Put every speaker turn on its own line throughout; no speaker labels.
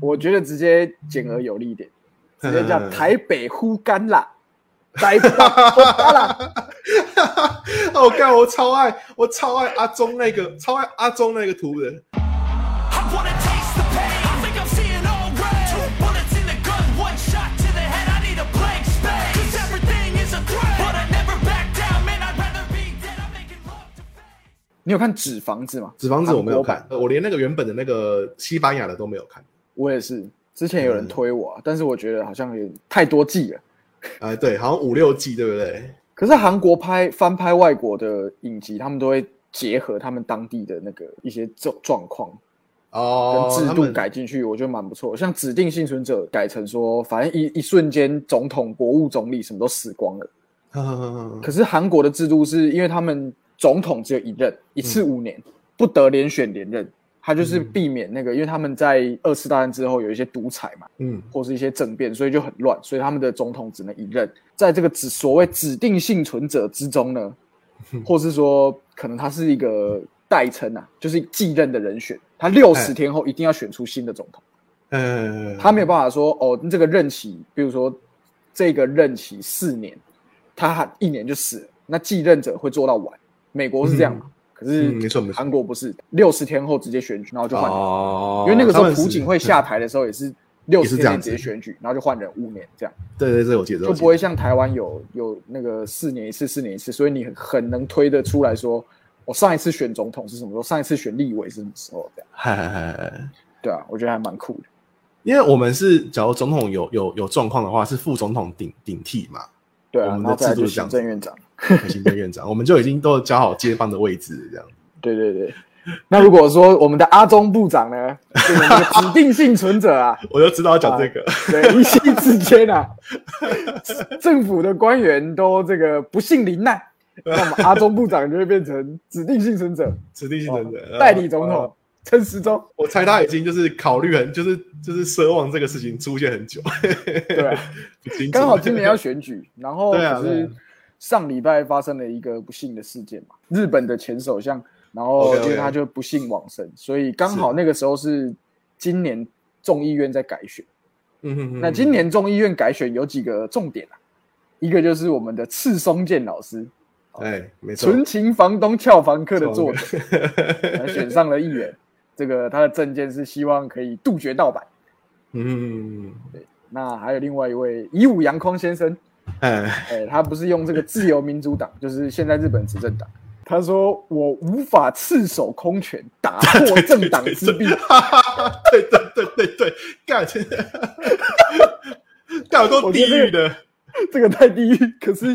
我觉得直接简而有力一点，直接叫
嗯
台北呼干啦，台北呼干啦，
哦，干！我超爱，我超爱阿忠那个，超爱阿忠那个图的。
I wanna taste the pain. I think I'm seeing all red. Two bullets in the gun, one shot to the head. I need a blank space. Cause everything is a threat. But I never back down, man. I'd rather be dead. I'm making love to fame.
你有看《纸房子》吗？
纸房子我没有
韩
看，呃我连那个原本的那个西班牙的都没有看。
我也是，之前
嗯
有人推我、啊，但是我觉得好像有点太多季了。
哎、对，好像五六季，对不对？
可是韩国拍翻拍外国的影集，他们都会结合他们当地的那个一些状状况跟
哦，
制
他
度
们
改进去，我觉得蛮不错。像指定幸存者改成说，反正一一瞬间，总统、国务总理什么都死光了。
呵呵呵呵
可是韩国的制度是因为他们总统只有一任，一次五年，不得连选连任。他就是避免那个，因为他们在二次大战之后有一些独裁嘛，
嗯，
或是一些政变，所以就很乱，所以他们的总统只能一任。在这个指所谓指定幸存者之中呢， 或是说可能他是一个代称啊，就是继任的人选，他六十
哎
天后一定要选出新的总统。
呃，
他没有办法说哦，这个任期，比如说这个任期四年，他还一年就死了，那继任者会做到晚。美国是这样嘛？可是
嗯没错没错
韩国不是，六十天后直接选举，然后就换人。
哦
因为那个时
他
候
们是
朴槿惠下台的时候也是六
也是
十
这样
天
子
直接选举，然后就换人五年这样，
对对对，我记得
就不会像台湾有有那个四年一次，四年一次，所以你很很能推得出来说，我、上一次选总统是什么时候，上一次选立委是什么时候这样。
嗨嗨嗨嗨嗨，
对啊，我觉得还蛮酷的。
因为我们是假如总统有有有状况的话，是副总统顶顶替嘛，
对啊，
我们
然
的
后再来
制度
就是
这样
行政院长。
行政院长，我们就已经都交好接棒的位置了这样。
对对对。那如果说我们的阿中部长呢，就是那个 指定幸存者啊，
我就知道要讲这个，
对，一夕之间啊，政府的官员都这个不幸罹难，那么阿中部长就会变成指定幸存者，
指定性等
哦
人
代理总。
呃
统陈时中，
我猜他已经就是考虑很，就是就是奢望这个事情出现很久，
对啊，
已经
刚好今年要选举，然后
对啊
可
对
是
啊
上礼拜发生了一个不幸的事件嘛，日本的前首相，然后
OK，OK
因为他就不幸往生，所以刚好那个时候是今年众议院在改选。
嗯哼哼
那今年众议院改选有几个重点啊？一个就是我们的赤松健老师，哦
哎，没错， 嗯
纯情房东俏房客的
错
作者，呃选上了议员。这个他的政见是希望可以杜绝盗版。
嗯，
那还有另外一位以武扬匡先生，
哎，
哎，他不是用这个自由民主党， 就是现在日本执政党。他说：“我无法赤手空拳打破政党之 弊。
对对对对对，干， 干有够地狱的，”
这个太地狱。可是，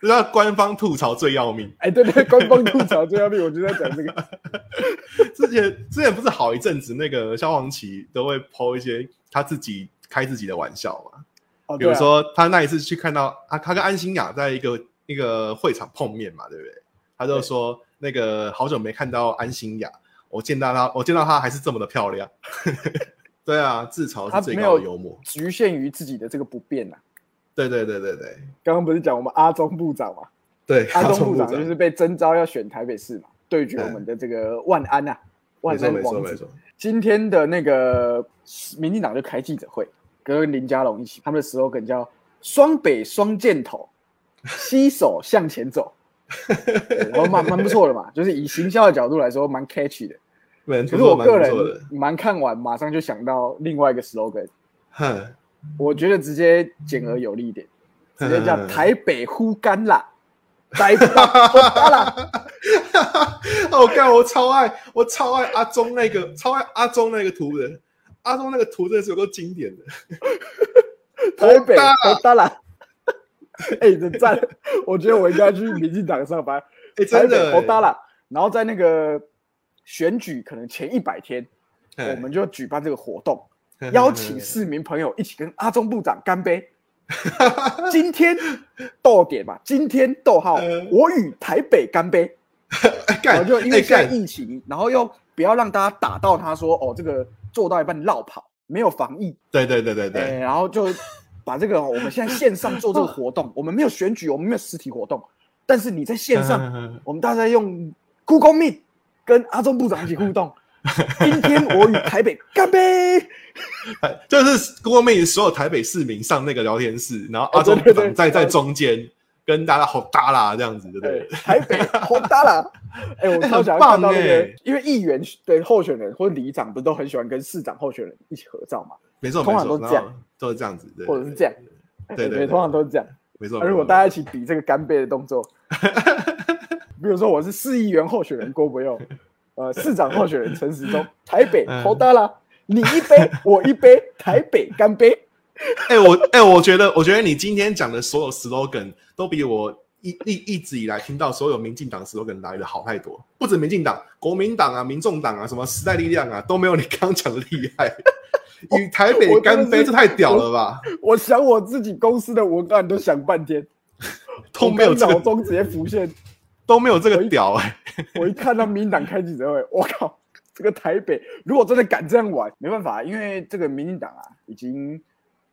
知道官方吐槽最要命。
哎，对对，官方吐槽最要命，我就在讲这个。
之前之前不是好一阵子那个萧煌奇都会抛一些他自己开自己的玩笑嘛，
哦，
比如
对啊
说他那一次去看到啊他他跟安心雅在一个那个会场碰面嘛，对不对？他就说那个好久没看到安心雅，我见到她，我见到她还是这么的漂亮。 对啊，自嘲
他
是最
没
高
有
的幽默。
局限于自己的这个不变啊。
对对对对对
刚刚不是讲我们阿中部长嘛？
对，
阿中
中
部长就是被征召要选台北市嘛，对决我们的这个万安呐、啊，万
没错
安
没错
王
没
子
错。。
今天的那个民进党就开记者会，跟林佳龙一起，他们的 slogan 叫“双北双箭头，携手向前 走”，对然后蛮蛮不错的嘛，就是以行销的角度来说，蛮 catchy 的。
没
可是我个
蛮不错
人
的
蛮看完，马上就想到另外一个 slogan，
哼，
我觉得直接简而有力一点，直接叫
嗯
台北呼干啦，台北 呼干啦，
哦，干！我超爱，我超爱阿忠那个，超爱阿忠那个图的，阿忠那个图真的是有够经典的。
台北呼干啦。哎，这赞！我觉得我应该去民进党上班。
哎，
台
真
北
的
呼干啦，然后在那个选举可能前一百天，
哎
我们就举办这个活动，
嗯
邀请市民朋友一起跟阿中部长干杯。今天逗点嘛，今天逗号
嗯，
我与台北干杯。
哎
然后
干，
哦就因为
哎
现在
干，
疫情，然后又不要让大家打到他说哦，这个做到一半落跑，没有防疫，
对对对对对，
哎，然后就把这个我们现在线上做这个活 动，我们没有选举，我们没有实体活动，但是你在线上，
嗯
我们大家用 Google Meet 跟阿中部长一起互动。今天我与台北干杯，
就是郭妹所有台北市民上那个聊天室，然后阿中
哦对对对哎
长在在中间跟大家吼哒啦这样子，对不对？
对，台北红大 啦，哎、我
哎
超想
很
要看
棒
到那个
哎，
因为议员对候选人或里长不是都很喜欢跟市长候选人一起合照嘛，
没错，
通
没
常
错，
都
然
是这样
后都是这样子，对，
或者是这样，哎
对对对
通常都是这样。
没错。
而如果
没错
大家一起比这个干杯的动 作，比如说我是市议员候选人郭伯 佑，呃，市长候选人陈时中，台北
嗯
头大啦，你一杯我一杯，台北干杯。
哎、我哎、我觉得，我觉得你今天讲的所有 slogan 都比我一一一直以来听到所有民进党 slogan 来的好太多。不止民进党，国民党啊、民众党啊、什么时代力量啊，都没有你刚刚讲的厉 害。与台北
我真的
干杯，
是
这太屌了吧！
我想我自己公司的文案都想半天，
都没有
我
这
刚脑
个，
中直接浮现。
都没有这个屌哎、
我一看到民进党开记者会，我靠，这个台北如果真的敢这样玩，没办法，因为这个民进党啊，已经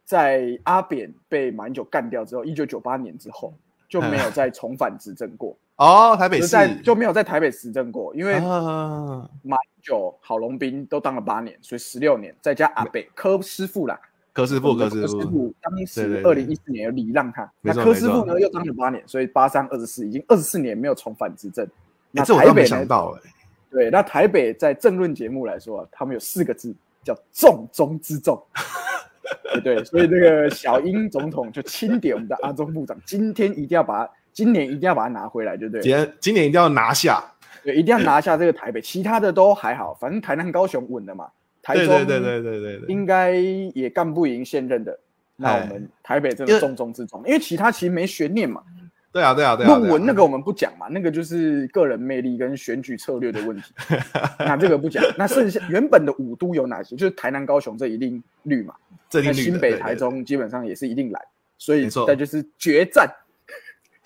在阿扁被马英九干掉之后，一九九八年之后就没
嗯
有再重返执政过，
哦，台北
就
市
在就没有在台北执政过，因为
啊，
马英九、郝龙斌都当了八年，所以十六年，再加阿北柯师傅啦，
柯师傅，柯
柯
师
师
傅，
傅当
对
时二
对
零一四年有礼让他，
没
那
错
柯师
没
傅
错
呢又当了八年，所以八三二十四已经二十四年没有重返执政。
哎、
那
这我
台
倒
北
没
呢
想？到哎、
对，那台北在政论节目来说、啊，他们有四个字叫“重中之重”， 对对，所以这个小英总统就钦点我们的阿中部长，今天一定要把它今年一定要把它拿回来，对不
今
对？
天今年一定要拿下，
对，一定要拿下这个台北，其他的都还好，反正台南、高雄稳了嘛，台
对
中嗯
对对对对对对，
应该也干不赢现任的。那我们台北真
因
的
为
重中之重，因为其他其实没悬念嘛。
对啊对啊对啊，
论
对啊
文那个我们不讲嘛，那个就是个人魅力跟选举策略的问 题，那这个不讲。那剩下原本的五都有哪些？就是台南、高雄这一定绿嘛，
这一
那
定绿的
新
对
北、
对
台
对
中基本上也是一定蓝，所以
没错
那就是决战。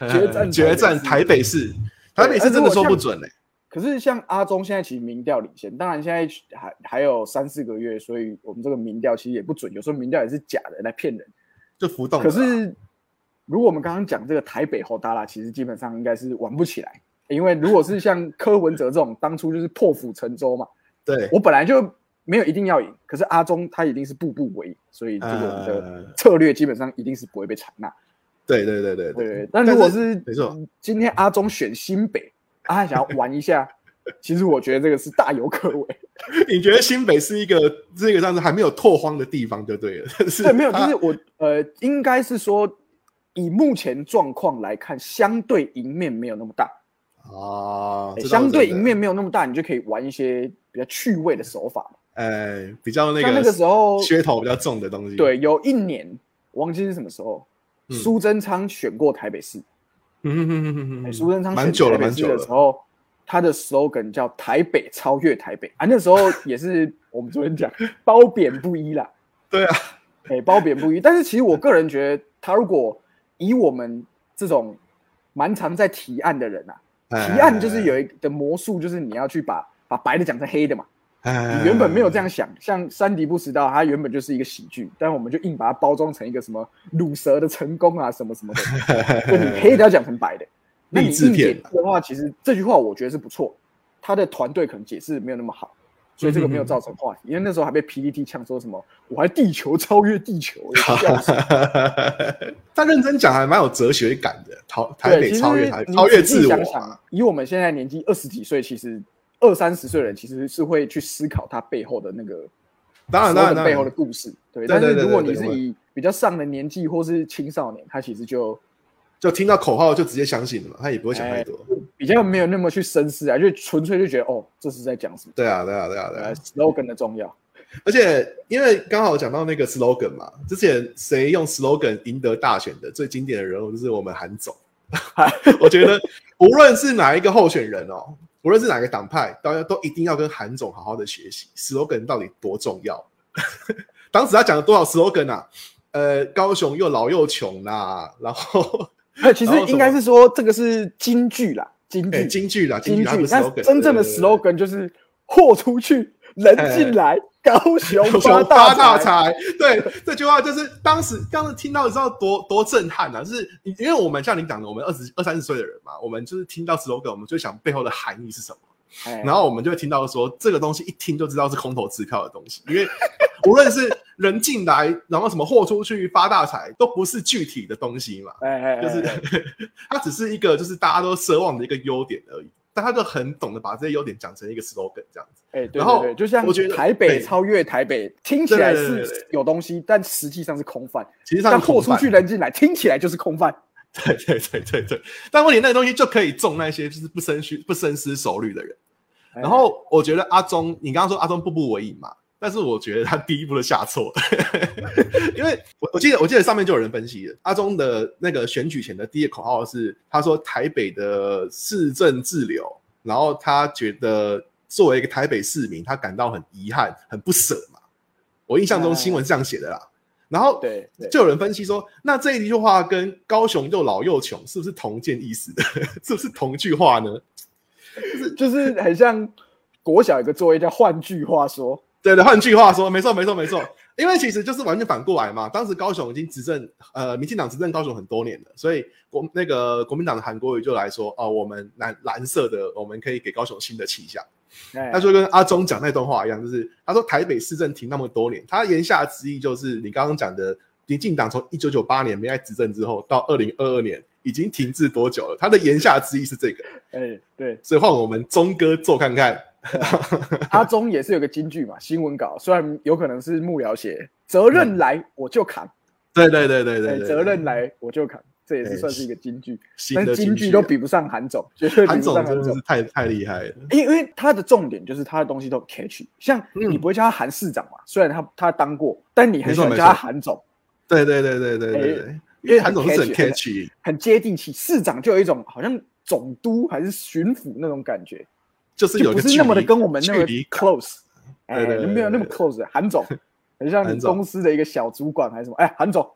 决战
决战台北市，台北市真的说不准哎嘞、
可是像阿中现在其实民调领先，当然现在还还有三四个月，所以我们这个民调其实也不准，有时候民调也是假的来骗人。
就浮动的
可
啦。
是如果我们刚刚讲这个台北后大啦，其实基本上应该是玩不起来，因为如果是像柯文哲这种，当初就是破釜沉舟嘛，
对，
我本来就没有一定要赢，可是阿中他一定是步步为营，所以这个我们
呃
的策略基本上一定是不会被采纳。
对对对对对，
对，但如果是
嗯
嗯
没错，
今天阿中选新北，啊他想要玩一下，其实我觉得这个是大有可为。
你觉得新北是一个是一个这样子还没有拓荒的地方就 对了， 但是
哎对，没有，就
它
是我呃，应该是说以目前状况来看，相对赢面没有那么大。欸
啊，这倒是
相对
真的
赢，面没有那么大，你就可以玩一些比较趣味的手法嘛。
哎，比较那
像那
个
个时候，
噱头比较重的东西，
对，有一年我忘记是什么时候，
嗯
苏贞昌选过台北市。
嗯，嗯嗯嗯嗯
欸
嗯，
苏贞昌
蛮久
选台
了，
北
蛮
市
久
的时
了，
候，他的 slogan 叫“台北超越台北”啊，那时候也是我们昨天讲褒贬不一啦，
对啊，
哎、褒贬不一。但是其实我个人觉得，他如果以我们这种蛮常在提案的人啊，
哎
提案就是有一的魔术，就是你要去把把白的讲成黑的嘛。
哎，
你原本没有这样想，像山迪不迟到，它原本就是一个喜剧，但我们就硬把它包装成一个什么卤蛇的成功啊，什么什么的，
哎
就你 黑的要讲成白的。那你
励志
硬
片
解释的话，其实这句话我觉得是不错，他的团队可能解释没有那么好，所以这个没有造成话题。因为那时候还被 PPT 呛说什么，我还地球超越地球，笑死
他认真讲还蛮有哲学感的，超台
对，
北
其实
超越台
你
超越
仔细
自
想
我啊，
想，以我们现在年纪二十几岁，其实二三十岁的人其实是会去思考他背后的那个
当然当然
slogan
当
背后的
然，
故事。对，
对
但是
对对
如果你
对
是
对
以比较上了年纪或是青少年，他其实就
就听到口号就直接相信了嘛，他也不会想太
哎
多。
比较没有那么去深思啊，就纯粹就觉得哦，这是在讲什么？
对啊，对啊，对啊，对啊
呃！，slogan 的重 要。
而且因为刚好讲到那个 slogan 嘛，之前谁用 slogan 赢得大选的最经典的人物就是我们 韩总。我觉得无论是哪一个候选人哦，无论是哪个党派，大家都一定要跟韩总好好的学习 slogan 到底多重要。 当时他讲了多少 slogan 啊？呃，高雄又老又穷啦、然后
那呃其实
然后什么
应该是说这个是金句啦，金
哎，
句，
京剧啦，京
金
剧，它不
句。
是
但
slogan，
真正的
对对对
slogan 就是豁出去，人进来，高雄
高雄
发
发
大
大
财。
财。对，这句话就是当时刚刚听到的时候多多震撼啊！就是因为我们像你讲的，我们二十二三十岁的人嘛，我们就是听到 slogan，我们就想背后的含义是什么。
哎
然后我们就会听到说，这个东西一听就知道是空头支票的东西，因为无论是人进来，然后什么货出去发大财，都不是具体的东西嘛。
哎哎，哎
就是
哎
它只是一个就是大家都奢望的一个优点而已，但他就很懂得把这些优点讲成一个 slogan 这样子。
哎，对
然后
对对，就像
我觉得
台
对
北超越台北，听起来
对对对对
是有东西，但实际上是空泛。
其实
但
上
货出去
的，
人进来，听起来就是空泛。
对 对对对对。但问题那个东西就可以中那些就是不深思不深思熟虑的人。
哎
然后我觉得阿忠，你刚刚说阿忠步步为营嘛，但是我觉得他第一步就下错了， 因为我我记得我记得上面就有人分析了，阿忠的那个选举前的第一个口号是，他说台北的市政自流，然后他觉得作为一个台北市民，他感到很遗憾、很不舍嘛。我印象中新闻是这样写的啦。然后
对对
就有人分析说，那这一句话跟高雄又老又穷是不是同件意思的？ 是不是同句话呢？
就是很像国小有个作业叫“换句话说
对的，换句话说，没错，没错，没错，因为其实就是完全反过来嘛。当时高雄已经执政，呃，民进党执政高雄很多年了，所以国那个国民党的韩国瑜就来说，哦、我们蓝蓝色的，我们可以给高雄新的气象。”，
哎
他，就跟阿中讲那段话一样，就是他说台北市政停那么多年，他言下之意就是你刚刚讲的，民进党从一九九八年没来执政之后，到二零二二年已经停滞多久了？他的言下之意是这个，
哎，对，
所以换我们钟哥做看看。
阿中也是有个金句嘛，新闻稿虽然有可能是幕僚写，责任来我就扛，
对对 对对对
哎，
对，
责任来我就扛，这也
对
是算是一个金句，
新
但
的
是金
句啊
句都比不上韩总， 绝对比
韩
不
总
上
真
韩
的
总
是。太太厉害了，
因因为他的重点就是他的东西都很 catchy，像
嗯
你不会叫他韩市长嘛，虽然他他当过，但你很喜欢
没错
叫他韩总，
对对对对对对对
哎，
因为韩总是很
很
catchy，
很接地气。市长就有一种好像总督还是巡抚那种感觉，
就是有
就
一
不
个距离
是那么的跟我们那
距
么
离感
close，哎
对对，对
没有那么
对
close。韩 总很像
韩
你
总
公司的一个小主管还是什么？哎，韩总，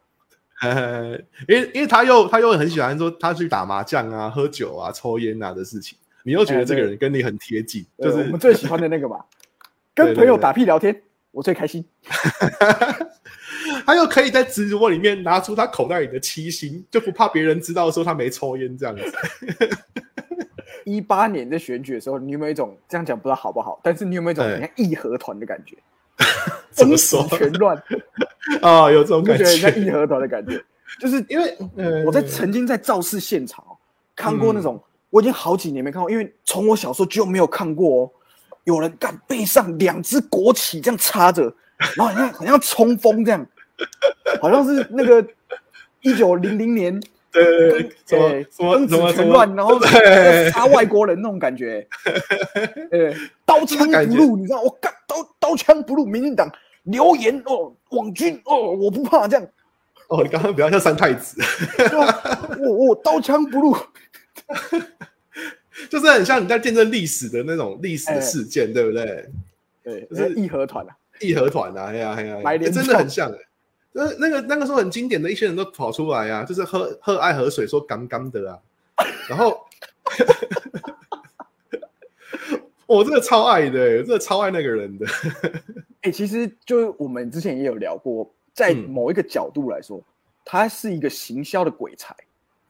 呃，因为因为他又他又很喜欢说他去打麻将啊、喝酒啊、抽烟啊的事情，你又觉得这个人跟你很贴近，
呃
就
哎我
是
们最喜欢的那个 嘛，
对
跟
对
朋友
对
打屁聊天，我最开心。
他又可以在直播里面拿出他口袋里的七星，就不怕别人知道说他没抽烟这样子。
一八年在选举的时候，你有没有一种这样讲不知道好不好？但是你有没有一种
对
很像义和团的 感觉？
哎怎么说
风起全乱，
啊、有这种
你不
感
觉得很像
觉，
义和团的感觉？就是
因为、呃
我在曾经在造势现场哦看过那种，
嗯
我已经好几年没看过，因为从我小时候就没有看过哦。有人干背上两只国旗这样插着， 然后好像好像冲锋这样，好像是那个一九零零年
对对对什么
对庚哎
什么什
子
么什
拳
么
乱，然后杀外国人那种感觉，呃，刀枪不入，你知道我干刀刀枪不入，民进党流言哦，网军哦，我不怕这样，
哦，你刚刚比较像三太子。
对吧我我刀枪不入，
就是很像你在见证历史的那种历史的事件，对不
哎
对？
对，
就是
义和团啊，
义和团啊，哎呀哎呀，
白莲
欸真的
教
很像、欸。那那个那个时候很经典的一些人都跑出来啊，就是喝喝爱河水说干干的啊，然后 我真的超爱的、欸，我真的超爱那个人的。
哎、其实就是我们之前也有聊过，在
嗯
某一个角度来说，他是一个行销的鬼才，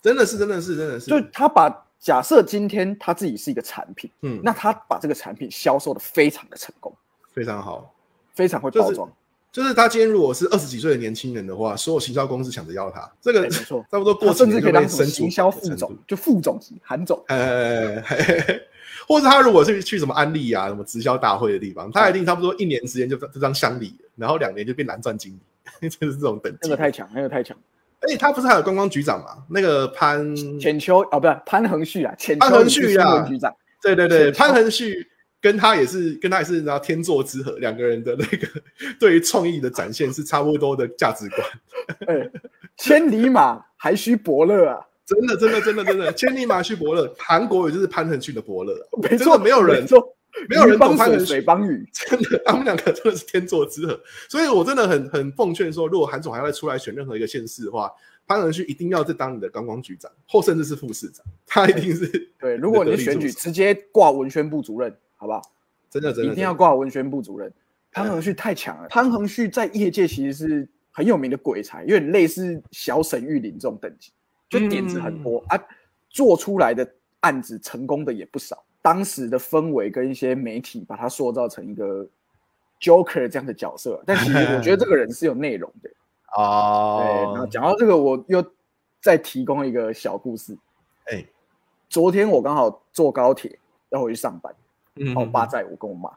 真的是，真的是，真的是，
就他把假设今天他自己是一个产品，
嗯，
那他把这个产品销售的非常的成功，
非常好。
非常会
就
包
是
装，
就是他今天如果是二十几岁的年轻人的话，所有行销公司抢着要他，这
哎
个
没错
差不多
他
过几
甚至
年
可
就
以
被
当什么
升
行
主
销
管的
副
程
总
度，
就副总级、韩总，
呃，嘿嘿嘿或者他如果是去什么安利啊、什么直销大会的地方，他一定差不多一年时间就就当乡里，然后两年就变蓝钻经理， 就是这种等
那
级。
个太强，那个太强。
而且他不是还有观光局长嘛？那个潘，
浅秋啊，不是潘恒旭啊，浅秋
嗯潘恒旭啊
你是新闻局长，
对对对，
是
潘恒旭跟他也是跟他也是然后天作之合，两个人的那个对于创意的展现是差不多的价值观。
哎、千里马还需伯乐啊，
真的，真的，真的，真的，千里马去伯乐，韩国语就是潘恒旭的伯乐，
没
真的
错，
没有人
没错
没有人
鱼帮
懂潘
水
恒旭
水帮鱼，
真的，他们两个真的是天作之合，所以我真的很很奉劝说，如果韩总还要再出来选任何一个县市的话，潘仁旭一定要再当你的观光局长，或甚至是副市长，他一定是
对，如果
得
你
力
选
助
举
手
直接挂文宣部主任，好不好？
真的真的哎
一定要
真的
挂文宣部主任。潘恒旭太强了，潘恒旭在业界其实是很有名的鬼才，有点类似小沈玉林这种等级，就点子
嗯
很多、啊，做出来的案子成功的也不少。当时的氛围跟一些媒体把它塑造成一个 Joker 这样的角色，但其实我觉得这个人是有内 容的。对，然后
哦，
讲到这个，我又再提供一个小故事。
哎，
昨天我刚好坐高铁要回去上班，
嗯
然后我爸在我跟我妈，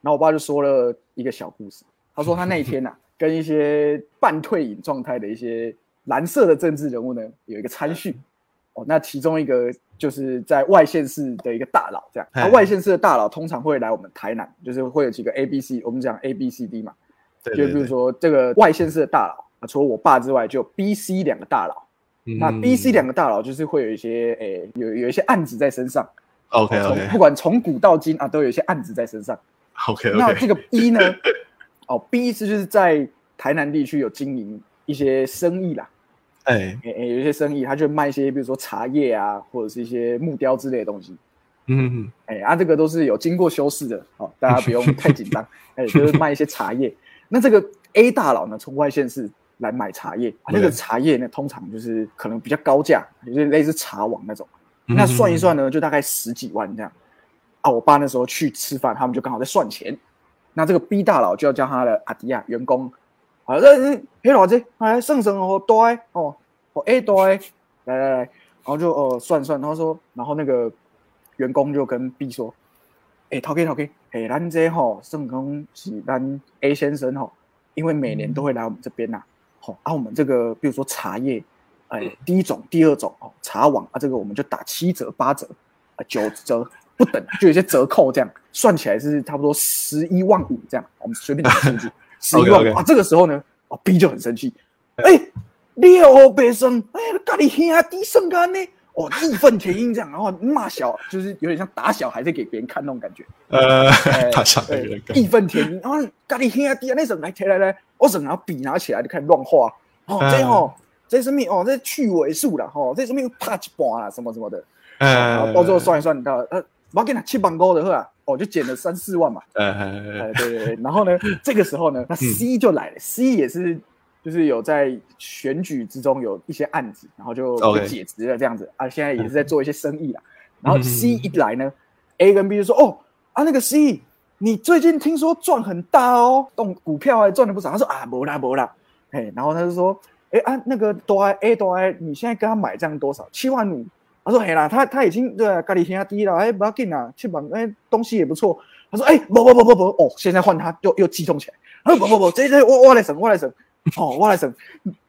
然后我爸就说了一个小故事。他说他那一天 呐、跟一些半退隐状态的一些蓝色的政治人物呢，有一个参叙。哦，那其中一个就是在外县市的一个大佬，这样。那
嘿
外县市的大佬通常会来我们台南，就是会有几个 A、B、C，我们讲 A、B、C、D 嘛。
对
就比
对
如
对，
说这个外县市的大佬，啊除了我爸之外，就有 B、C 两个大佬。那
嗯
B、C 两个大佬就是会有一些诶、有有一些案子在身上。
OK
从
OK
不管从古到今啊，都有一些案子在身上。
OK
那这
OK，
个 B 呢？哦，B 是就是在台南地区有经营一些生意啦，
哎，
诶、诶有一些生意，他就卖一些比如说茶叶啊，或者是一些木雕之类的东西。
嗯，
哎、啊，这个都是有经过修饰的，哦，大家不用太紧张。哎、就是卖一些茶叶。那这个 A 大佬呢，从外县市来买茶叶，啊那个
OK
茶叶呢，通常就是可能比较高价，就是类似茶网那种。
嗯
那算一算呢，就大概十几万这样。啊，我爸那时候去吃饭，他们就刚好在算钱。那这个 B 大佬就要叫他的阿迪亚员工，啊，那那黑老子，哎，剩剩哦多哎哦哦 A 多哎，来来来，然后就哦算算，然后说，然后那个员工就跟 B 说，哎、陶 K 陶 K，哎、咱这吼剩空是咱 A 先生吼，因为每年都会来我们这边呐、好、啊，我们这个比如说茶叶，哎、第一种、第二种哦，茶网啊，这个我们就打七折、八折、啊九折不等，就有一些折扣这样，算起来是差不多十一万五这样，我们随便打数字，十一万五
OK，OK
啊。这个时候呢，哦，B 就很生气，哎、你有白生，哎、咖喱兄弟生干呢？哦，义愤填膺这样，然后骂小，就是有点像打小孩在给别人看那种感觉。
呃，他
哎
想的
对
有点高
义愤填膺，然后咖喱兄弟啊，那什么来提来来，我什么然后笔拿起来就开始乱画，哦，
嗯
这哦，这什么哦，这去尾数啦，哦，这什么怕一半啊啦，什么什么的，然后
呃，
到最后算一算，到呃，我给你七万块的话，哦，就减了三四万嘛，
呃，
哎，对嗯对对，然 后呢，这个时候呢，那 C 就来了、c 也是就是有在选举之中有一些案子，然后就
OK
被解职了这样子啊，现在也是在做一些生意啦。然后
嗯
C 一来呢，A 跟 B 就说：“哦啊，那个 C，你最近听说赚很大哦，动股票还赚了不少。”他说：“啊，没啦没啦。”哎，然后他就说：“哎啊，那个多埃 A 多埃，你现在跟他买这样多少？七万五。”他说：“嘿啦，他他已经对啊，咖喱兄低了，哎，不要紧啦，去吧，哎，东西也不错。”他说：“哎、不不不不不，哦，现在换他又又激动起来。”他说：“不不不，这这我我来审，我来审，哦，我来审。”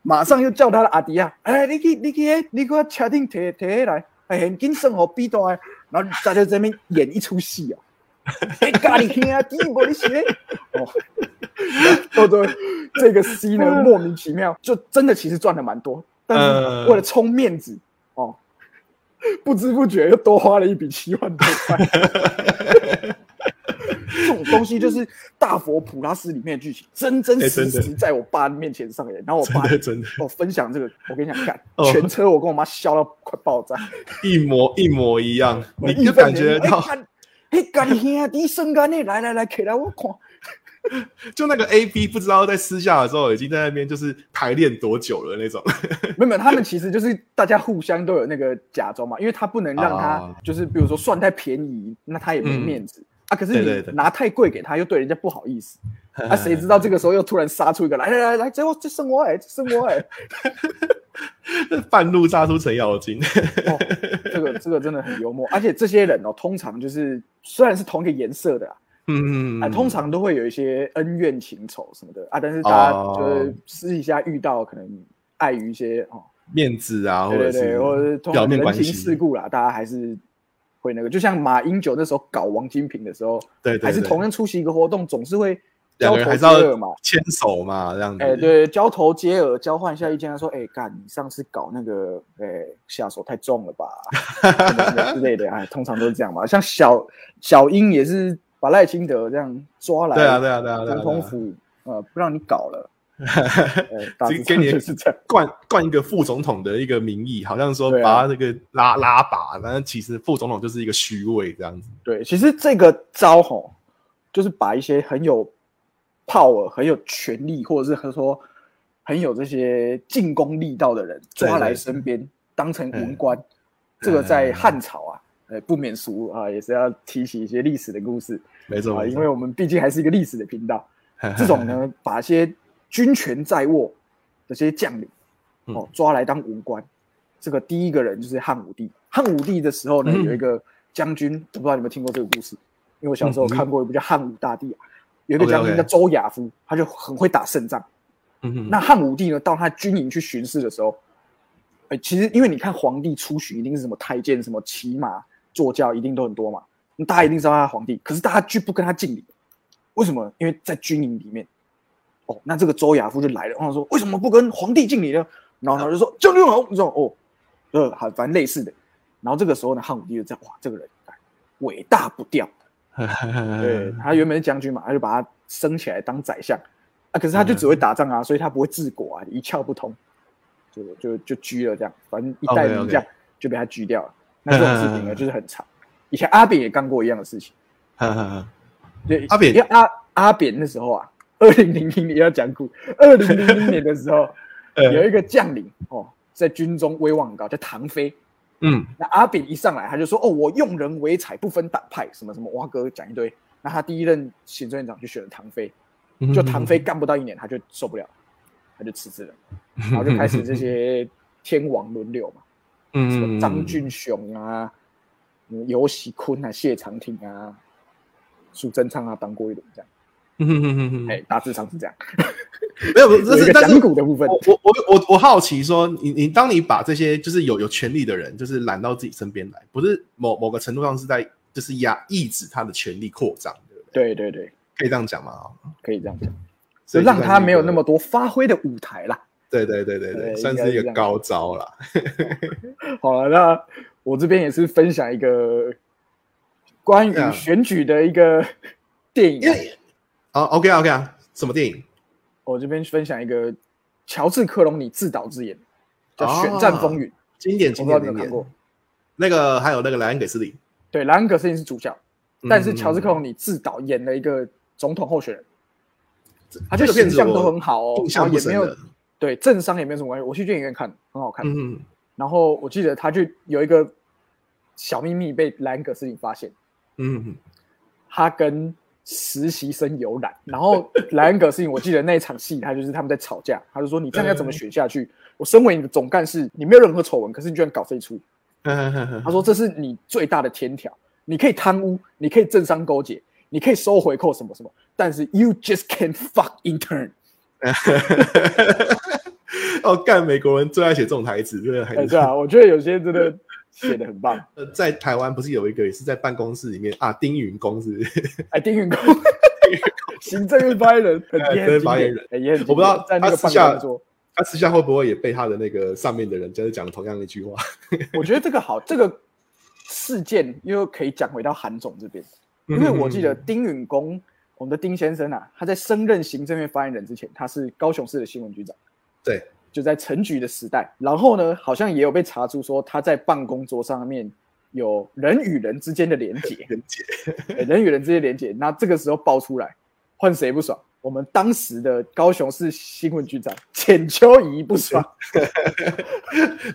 马上又叫他的阿迪啊，哎，你去你去那，你给我车顶提提起来，哎，很紧生活逼到哎，然后大家在那边演一出戏啊。哎，咖喱兄弟，我你写哦，到最后这个 C 呢，莫名其妙就真的其实赚的蛮多，但
呃
是为了充面子哦，不知不觉又多花了一笔七万多块。 这种东西就是大佛普拉斯里面的剧情，真真
哎
实
真的
实在我爸面前上演。然后我
真
爸
的真的
我分享这个，我跟你讲，干
哦
全车我跟我妈笑到快爆炸，
一模一模一样，
我
你
义
就
愤
感
填
觉
膺
到
哎，干哎，干兄弟生干的，来来来，起来我看。
就那个 A B 不知道在私下的时候已经在那边就是排练多久了那种，
没有没有，他们其实就是大家互相都有那个假装嘛，因为他不能让他
啊
就是比如说算太便宜，那他也没面子、啊。可是
嗯对对哎
你
对
拿太贵给他，又对人家不好意思。 啊，谁知道这个时候又突然杀出一个来来来来，这我这生我哎，这生 我哎，
半路杀出程咬 金，
哦，这个这个真的很幽默，而且这些人哦，通常就是虽然是同一个颜色的啊，
嗯，
啊，通常都会有一些恩怨情仇什么的啊，但是大家
哦
就是私底下遇到，可能碍于一些哦，
面子啊，或
对
者
对对，或者
是
是通
表
常
面
人
关
情
系
世故啦，大家还是会那个，就像马英九那时候搞王金平的时候，
对对对
还是同样出席一个活动，总是会交
两个人
头
还是
接
要嗯
耳嘛。
牵手嘛，这样子，
哎、，对，交头接耳，交换一下意见。他说：“哎、干，你上次搞那个，哎、下手太重了吧，什么什么之类的。”哎，通常都是这样嘛。像小小英也是把赖清德这样抓来，
对啊对啊对啊对啊
总统府呃不让你搞了，呃，大致
只给
上
你
就是这样。
冠冠一个副总统的一个名义，好像说
对啊
把他那个拉拉拔，但是其实副总统就是一个虚位这样子。
对，其实这个招吼，就是把一些很有 power、很有权力，或者是说很有这些进攻力道的人
对
抓来
对嗯
身边，当成文官。这个在汉朝啊，呃，不免俗啊，也是要提起一些历史的故事。
没错，
啊，
没
因
错
为我们毕竟还是一个历史的频道。 这种，呢，把一些军权在握的这些将领，
嗯
哦，抓来当武官。这个第一个人就是汉武帝。汉武帝的时候呢，
嗯
有一个将军，我不知道你们听过这个故事，因为我小时候
嗯哦嗯
看过一部叫《汉武大帝》啊，有一个将军
OK，OK
叫周亚夫，他就很会打胜仗。
嗯
那汉武帝呢，到他军营去巡视的时候，哎，其实因为你看皇帝出巡一定是什么太监、什么骑马、坐轿，一定都很多嘛，那大家一定知道他是皇帝，可是大家拒不跟他敬礼，为什么？因为在军营里面，哦，那这个周亚夫就来了，然后说为什么不跟皇帝敬礼呢？然后他就说将军好，你知道哦，呃，好，反正类似的。然后这个时候呢，汉武帝就这样，哇，这个人哎伟大不掉，
那
对他原本是将军嘛，他就把他升起来当宰相啊。可是他就只会打
嗯
仗啊，所以他不会治国啊，一窍不通，就就就拘了这样。反正一代
OK，OK
名将就被他拘掉了。那这种事 情呢，啊就是很长。以前阿扁也干过一样的事情。
呃
对，
阿扁
因为阿阿扁那时候啊，二零零零年要讲古，二零零零年的时 候有一个将领哦，在军中威望很高，叫唐飞。
嗯
那阿扁一上来，他就说：“哦，我用人唯才，不分党派，什么什么，哇哥讲一堆。”那他第一任行政院长就选了唐飞，
嗯，
就唐飞干不到一年，他就受不了，他就辞 职了，然后就开始这些天王轮流嘛，什么
嗯
张俊雄啊、嗯尤喜坤啊、谢长廷啊、苏贞昌啊当过一轮这样，
嗯嗯嗯嗯嗯，
哎，大致上是这样。
没有，这
有一个
是但是哦
讲古的部分
我，我我我我好奇说，你你当你把这些就是有有权利的人，就是揽到自己身边来，不是某某个程度上是在就是压抑制他的权力扩张，对不对？
对对对，
可以这样讲吗？
可以这样讲，
所
就
以
让
算是
他没有
一个
那么多发挥的舞台啦。
对对对对对，
对
算
应该
是
是这
一个
样
高招啦。
好了，那我这边也是分享一个关于
对啊
选举的一个 电影
因
啊，
为啊，OK 啊 OK 啊，什么电影？
我这边分享一个乔治·克隆尼自导自演，叫《选
哦
战风云》，
经典
我
经
不知道
典
你有没
经
有看
典。
过。
那个还有那个莱恩给斯利，
对，莱恩·葛斯林是主角，但是
嗯
乔治·克隆尼自导演了一个总统候选人，他
这
就
个
形
片子
象都
我
很好哦然
印，
后
象不
也
深
没有
了。
对政商也没有什么关系。我去电影院看，很好看。
嗯，
然后我记得他就有一个小秘密被莱恩·葛斯林发现，
嗯
他跟实习生有染，然 后莱恩·葛斯林，我记得那一场戏，他就是他们在吵架，他就说：“你这样要怎么选下去？我身为你的总干事，你没有任何丑闻，可是你居然搞这一出。”
嗯，
他说：“这是你最大的天条，你可以贪污，你可以政商勾结，你可以收回扣什么什么，但是 you just can't fuck intern。
哦，干美国人最爱写这种台词，真的还
哎，
是
对啊，我觉得有些人真的写的很棒。
呃，在台湾不是有一个也是在办公室里面啊，丁云公是不是
哎，丁允恭， 行政院发言人，很也很经
发言
典
人，
哎也很经典
我不知道
在那个
他私
办
下
公桌。
他私下会不会也被他的那个上面的人就是讲同样一句话？
我觉得这个好，这个事件又可以讲回到韩总这边，
嗯
因为我记得丁允恭，我们的丁先生啊，他在升任行政院发言人之前，他是高雄市的新闻局长，
对，，
就在陈菊的时代。然后呢，好像也有被查出说他在办公桌上面有人与人之间的连结
很解，
哎人与人之间的连结。那这个时候爆出来，换谁不爽？我们当时的高雄市新闻局长简秋怡不爽，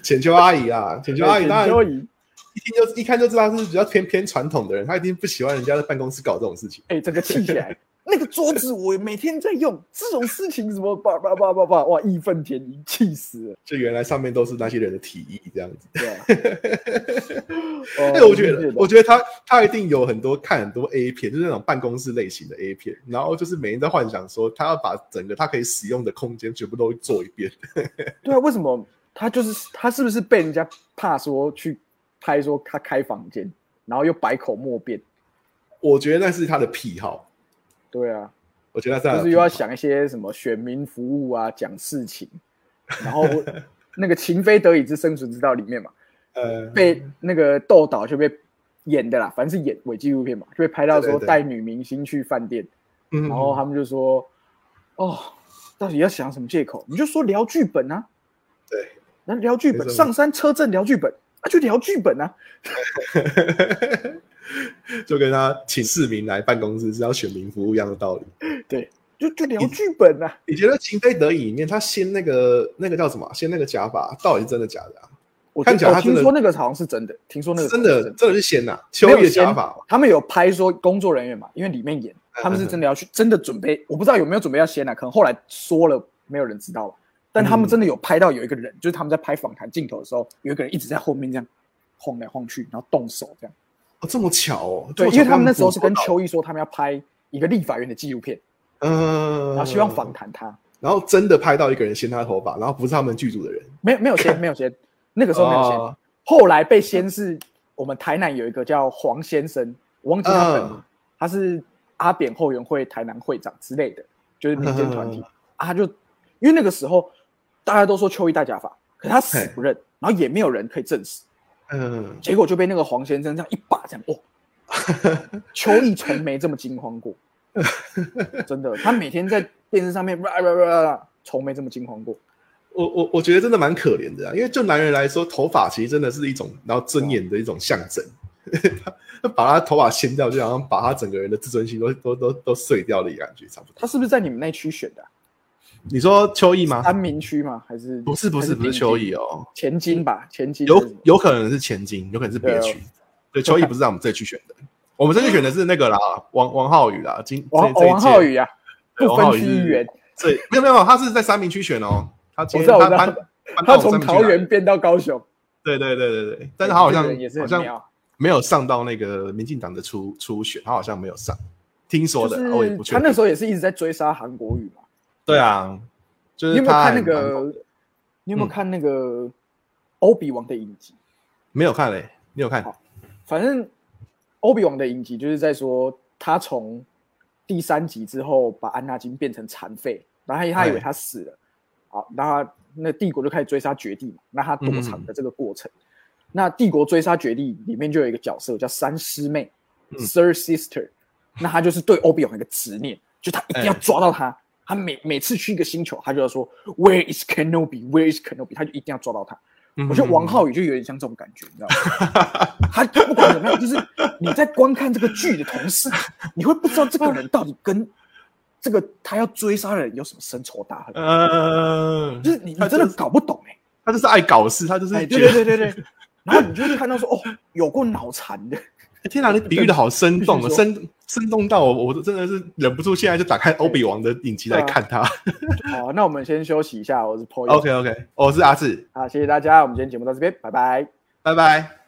浅秋阿姨啊，浅秋阿姨
简
当然
秋怡，
一听就一看就知道是比较偏偏传统的人，她一定不喜欢人家在办公室搞这种事情。
哎、整个气起来。 那个桌子我每天在用，这种事情什么叭叭叭叭叭，哇，义愤填膺，气死了，
就原来上面都是那些人的提议这样子。
对吧、
哎、
哦
我觉得，我
的
觉得他他一定有很多看很多 A 片，就是那种办公室类型的 A 片，然后就是每天在幻想说他要把整个他可以使用的空间全部都做一遍。
对啊，为什么他就是他是不是被人家怕说去拍说他开房间，然后又百口莫辩？
我觉得那是他的癖好，
对啊，
我觉得那是他的
就是
癖
又
好
要想一些什么选民服务啊，讲事情，然后 那个情非得已之生存之道里面嘛，
呃
被那个豆导就被演的啦，反正是演伪纪录片嘛，就被拍到
对
说
对对
带女明星去饭店，
嗯
然后他们就说，哦，到底要想什么借口？你就说聊剧本啊，
对，
那聊剧
没
本，
错
上山车震聊剧本啊，就聊剧本啊，
就跟他请市民来办公室是要选民服务一样的道理。
对，就就聊剧本啊。
你觉得情非得已里面，他掀那个那个叫什么啊？掀那个假发，到底是真的假的啊？
我
看
觉
起来
得我
他真
听
的
说那个好像是真的，听说那个
真
好像是
的真的是仙呐、秋
没有
叶
先
假发，哦
他们有拍说工作人员嘛，因为里面演，他们是真的要去，真的准备，我不知道有没有准备要先啊，可能后来说了，没有人知道吧。啊但他们真的有拍到有一个人，就是他们在拍访谈镜头的时候，有一个人一直在后面这样晃来晃去，然后动手这样。
哦，这么巧哦，
对，因为他们那时候是跟
秋，
邱毅说他们要拍一个立法院的纪录片，
嗯，
然后希望访，谈他，
然后真的拍到一个人掀他头发，然后不是他们剧组的人，
没有没有 先没有先，那个时候没有先
哦，
后来被先是我们台南有一个叫黄先生，我忘记他本名，
嗯
他是阿扁后援会台南会长之类的，就是民间团体、
嗯
啊，他就因为那个时候大家都说邱毅戴假发，可他死
嘿
不认，然后也没有人可以证实，
嗯，
结果就被那个黄先生这样一把这样，哇、 邱毅从没这么惊慌过，真的，他每天在电视上面哇哇哇哇，从没这么惊慌过。
我我我觉得真的蛮可怜的啊，因为就男人来说，头发其实真的是一种然后尊严的一种象征。 他把他头发掀掉，就好像把他整个人的自尊心都都都都碎掉的感觉，差不多。
他是不是在你们那区选的啊、
你说秋意吗？
安民区吗？还是
啊不是不是不是秋意，哦，
还是定金前金吧，前金
有有可能是前金，有可能是别区。对，啊秋意不是在我们这区选的，我们这区选的是那个啦，王王浩宇啦，今
王
这这一届
王浩宇啊，
对
不
王浩
分
宇
区
是
议员，
这没有没有，他是在三明区选哦，他今天
我知道
他
我知道
搬搬
他
到我
从
三明区
桃
来
园，变到高雄，
对对对对对，但是他好像
这个人也是
好
很
像
妙，
没有上到那个民进党的初初选，他好像没有上，听说
就
的，啊我也不
是
确
他那
定
时。候也是一直在追杀韩国瑜嘛。
对啊，就
你
是
有没有
他
看那
还蛮嗯
个？你有没有看那个欧比王的影集？
没有看嘞，你有看？
好反正欧比王的影集就是在说他从第三集之后把安纳金变成残废，然后他他以为他死了，好，然后他那帝国就开始追杀绝地嘛，那他躲藏的这个过程，那帝国追杀绝地里面就有一个角色叫三师妹、
嗯
s i r Sister），那他就是对欧比王有一个执念，就他一定要
哎
抓到他。他每每次去一个星球，他就要说 “Where is Kenobi? Where is Kenobi？” 他就一定要抓到他。我觉得
嗯
王浩宇就有点像这种感觉，你知道吗？他不管怎么样，就是你在观看这个剧的同时，你会不知道这个人到底跟这个他要追杀的人有什么深仇大恨，
呃，
就是你你
他
真
就
的
是
搞不懂哎、
他就是爱搞事，他就是
哎，
觉
对对
得
对对对，然后你就会看到说哦，有过脑残的，
天哪，你比喻的好生动
必
哦，
须说
生生动到我，我真的是忍不住现在就打开欧比王的影集来看他。
好、那我们先休息一下，我是 Paul，
OK OK，我是阿志，
啊，谢谢大家，我们今天节目到这边，拜拜。
拜拜。